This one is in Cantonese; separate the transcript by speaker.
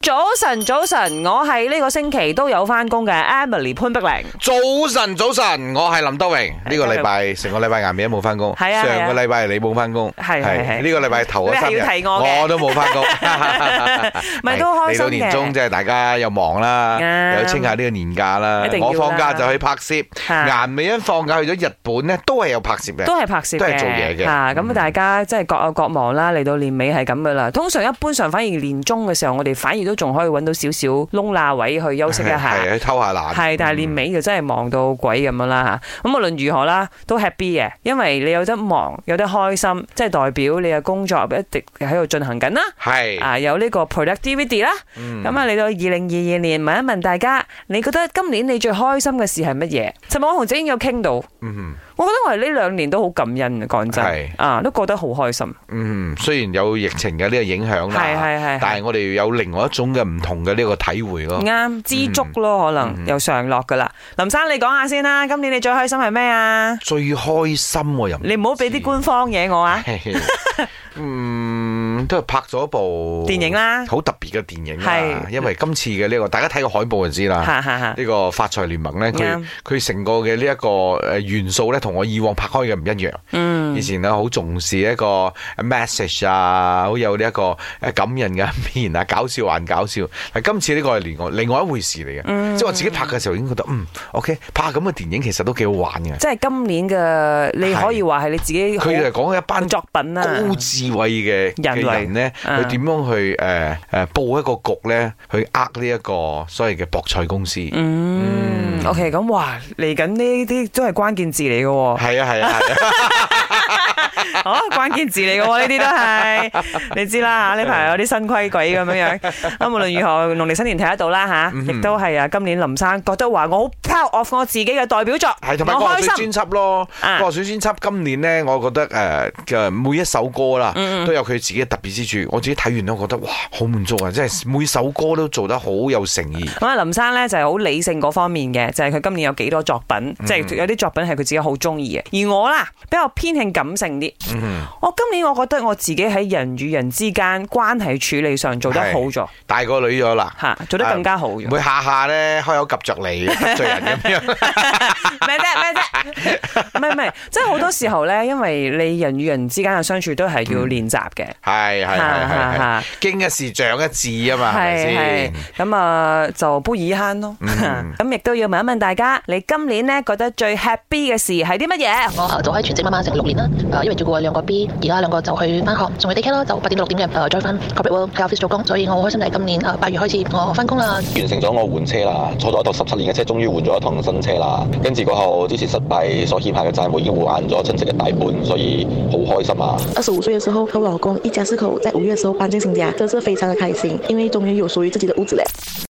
Speaker 1: 早晨，早晨，我喺呢個星期都有翻工嘅 Emily 潘碧 玲，
Speaker 2: 早晨，早晨，我係林德榮。呢個禮拜成個禮拜岩尾都冇翻工，
Speaker 1: 係啊係啊
Speaker 2: 上個禮拜你冇翻工，
Speaker 1: 係係係
Speaker 2: 呢個禮拜頭嗰三
Speaker 1: 你
Speaker 2: 日
Speaker 1: 係要提我嘅
Speaker 2: 都冇翻工，
Speaker 1: 咪都開
Speaker 2: 嚟
Speaker 1: 心
Speaker 2: 到年中
Speaker 1: 嘅。
Speaker 2: 即係大家又忙啦，
Speaker 1: 啱
Speaker 2: 又要清下呢個年假啦
Speaker 1: 一定。要啦
Speaker 2: 我放假就去拍攝，
Speaker 1: 嚇
Speaker 2: 顏美欣放假去咗日本咧，都係有拍攝嘅。
Speaker 1: 都係拍攝嘅，
Speaker 2: 都係做嘢嘅
Speaker 1: 嚇咁
Speaker 2: 嗯
Speaker 1: 大家即係各有各忙啦。嚟到年尾係咁噶啦。通常一般上反而年中嘅時候，我哋反而都仲可以揾到少少窿罅位去休息一下。
Speaker 2: 係去偷下懶。
Speaker 1: 係，但係年尾就真係忙到鬼咁樣啦吓。咁無論如何啦，都 happy 嘅，因為你有得忙，有得開心，即係代表你嘅工作一直喺度進行緊啦。
Speaker 2: 係
Speaker 1: 啊，有呢個 productivity 啦。咁啊，嚟到二零二二年，問一問大家，你覺得今年你最開心嘅事係乜嘢？尋日我同姐已經有傾到，我
Speaker 2: 嗯
Speaker 1: 覺得我哋呢兩年都好感恩嘅，講真
Speaker 2: 係，
Speaker 1: 啊，都覺得好開心。
Speaker 2: 嗯，雖然有疫情嘅呢個影響
Speaker 1: 係
Speaker 2: 啦，
Speaker 1: 係係嗯
Speaker 2: 但係
Speaker 1: 係，
Speaker 2: 我哋有另外一種嘅唔同嘅呢個體會咯。
Speaker 1: 啱知足咯，可能
Speaker 2: 嗯
Speaker 1: 有上落噶啦。林生，你講下先啦，今年你最開心係咩啊？
Speaker 2: 最開心我又唔
Speaker 1: 你唔好俾啲官方嘢我啊！
Speaker 2: 嗯，都係拍咗部
Speaker 1: 電影啦
Speaker 2: 好特別嘅電影啦
Speaker 1: 係。
Speaker 2: 因為今次嘅呢個，大家睇個海報就知啦。
Speaker 1: 哈哈哈
Speaker 2: 呢個發財聯盟咧，佢
Speaker 1: 啱
Speaker 2: 佢成個嘅呢一個誒呃元素咧，同我以往拍開嘅唔一樣。
Speaker 1: 嗯
Speaker 2: 以，前咧好重視一個呃 message 啊，好有呢一個誒感人嘅一面啊， 搞笑還搞笑。但今次呢個係另外另外一回事嚟嘅，
Speaker 1: 嗯
Speaker 2: 即係我自己拍嘅時候已經覺得嗯 OK，拍咁嘅電影其實都幾好玩嘅。
Speaker 1: 即係今年嘅，你可以話係你自己好
Speaker 2: 佢就係講一班
Speaker 1: 嘅作品啊。
Speaker 2: 高智慧嘅嘅
Speaker 1: 人類
Speaker 2: 人咧，
Speaker 1: 啊
Speaker 2: 佢點樣去誒誒佈一個局咧，去呃呢一個所謂嘅博彩公司。
Speaker 1: 嗯，OK，咁哇，嚟緊呢啲都係關鍵字嚟嘅喎。
Speaker 2: 係啊係啊係 啊，
Speaker 1: 哦，關鍵字嚟嘅 喎，呢啲都係，你知啦嚇，呢
Speaker 2: 嗯
Speaker 1: 排有啲新規矩咁樣樣。咁無論如何，農曆新年睇得到啦嚇，
Speaker 2: 嗯
Speaker 1: 亦都係啊，今年林生覺得話我好 proud of 我自己嘅代表作，
Speaker 2: 係同埋《
Speaker 1: 我
Speaker 2: 國
Speaker 1: 開
Speaker 2: 水
Speaker 1: 心。
Speaker 2: 專輯》咯，
Speaker 1: 啊
Speaker 2: 《國水專輯》今年咧，我覺得誒嘅每一首歌啦，
Speaker 1: 嗯
Speaker 2: 都有佢自己嘅特別之處。我自己睇完都覺得哇，好滿足啊！即係每首歌都做得好有誠意。
Speaker 1: 咁啊，林生咧就係好理性嗰方面嘅，就係、佢今年有幾多作品，
Speaker 2: 嗯
Speaker 1: 即係有啲作品係佢自己好中意嘅。而我啦，比較偏向感性啲。
Speaker 2: 嗯
Speaker 1: 我今年我覺得我自己喺人與人之間關係處理上做得好咗，
Speaker 2: 大個女咗啦，
Speaker 1: 嚇做得更加好咗。
Speaker 2: 唔會下下咧開口及着你得罪人 咁樣。
Speaker 1: 咩啫咩啫，唔係唔係，即係好多時候咧，因為你人與人之間嘅相處都係要
Speaker 2: 嗯
Speaker 1: 練習嘅。
Speaker 2: 係係係係係
Speaker 1: 嚇，
Speaker 2: 經一事長一智啊嘛，係咪
Speaker 1: 係係
Speaker 2: 先？嗯
Speaker 1: 咁啊，就杯爾慳咯。 咁亦都要問一問大家，你今年咧覺得最 happy 嘅事係啲乜嘢？
Speaker 3: 我誒做開全職媽媽成六年啦，誒因為照顧兩個 B，而家兩個就去翻學，送去 daycare 啦，就八點到六點嘅誒呃再翻 corporate world 喺 office 做工，所以我好開心就係今年呃誒八月開始我翻工啦。
Speaker 4: 完成咗我換車啦，坐咗一度十七年嘅車，終於換咗一趟新車啦。跟住過後，之前失敗所欠下嘅債務已經還咗親戚嘅大半，所以好開心啊！
Speaker 5: 二十五岁的时候和我老公一家四口在五月的时候搬进新家，真是非常的开心，因为终于有属于自己的屋子了。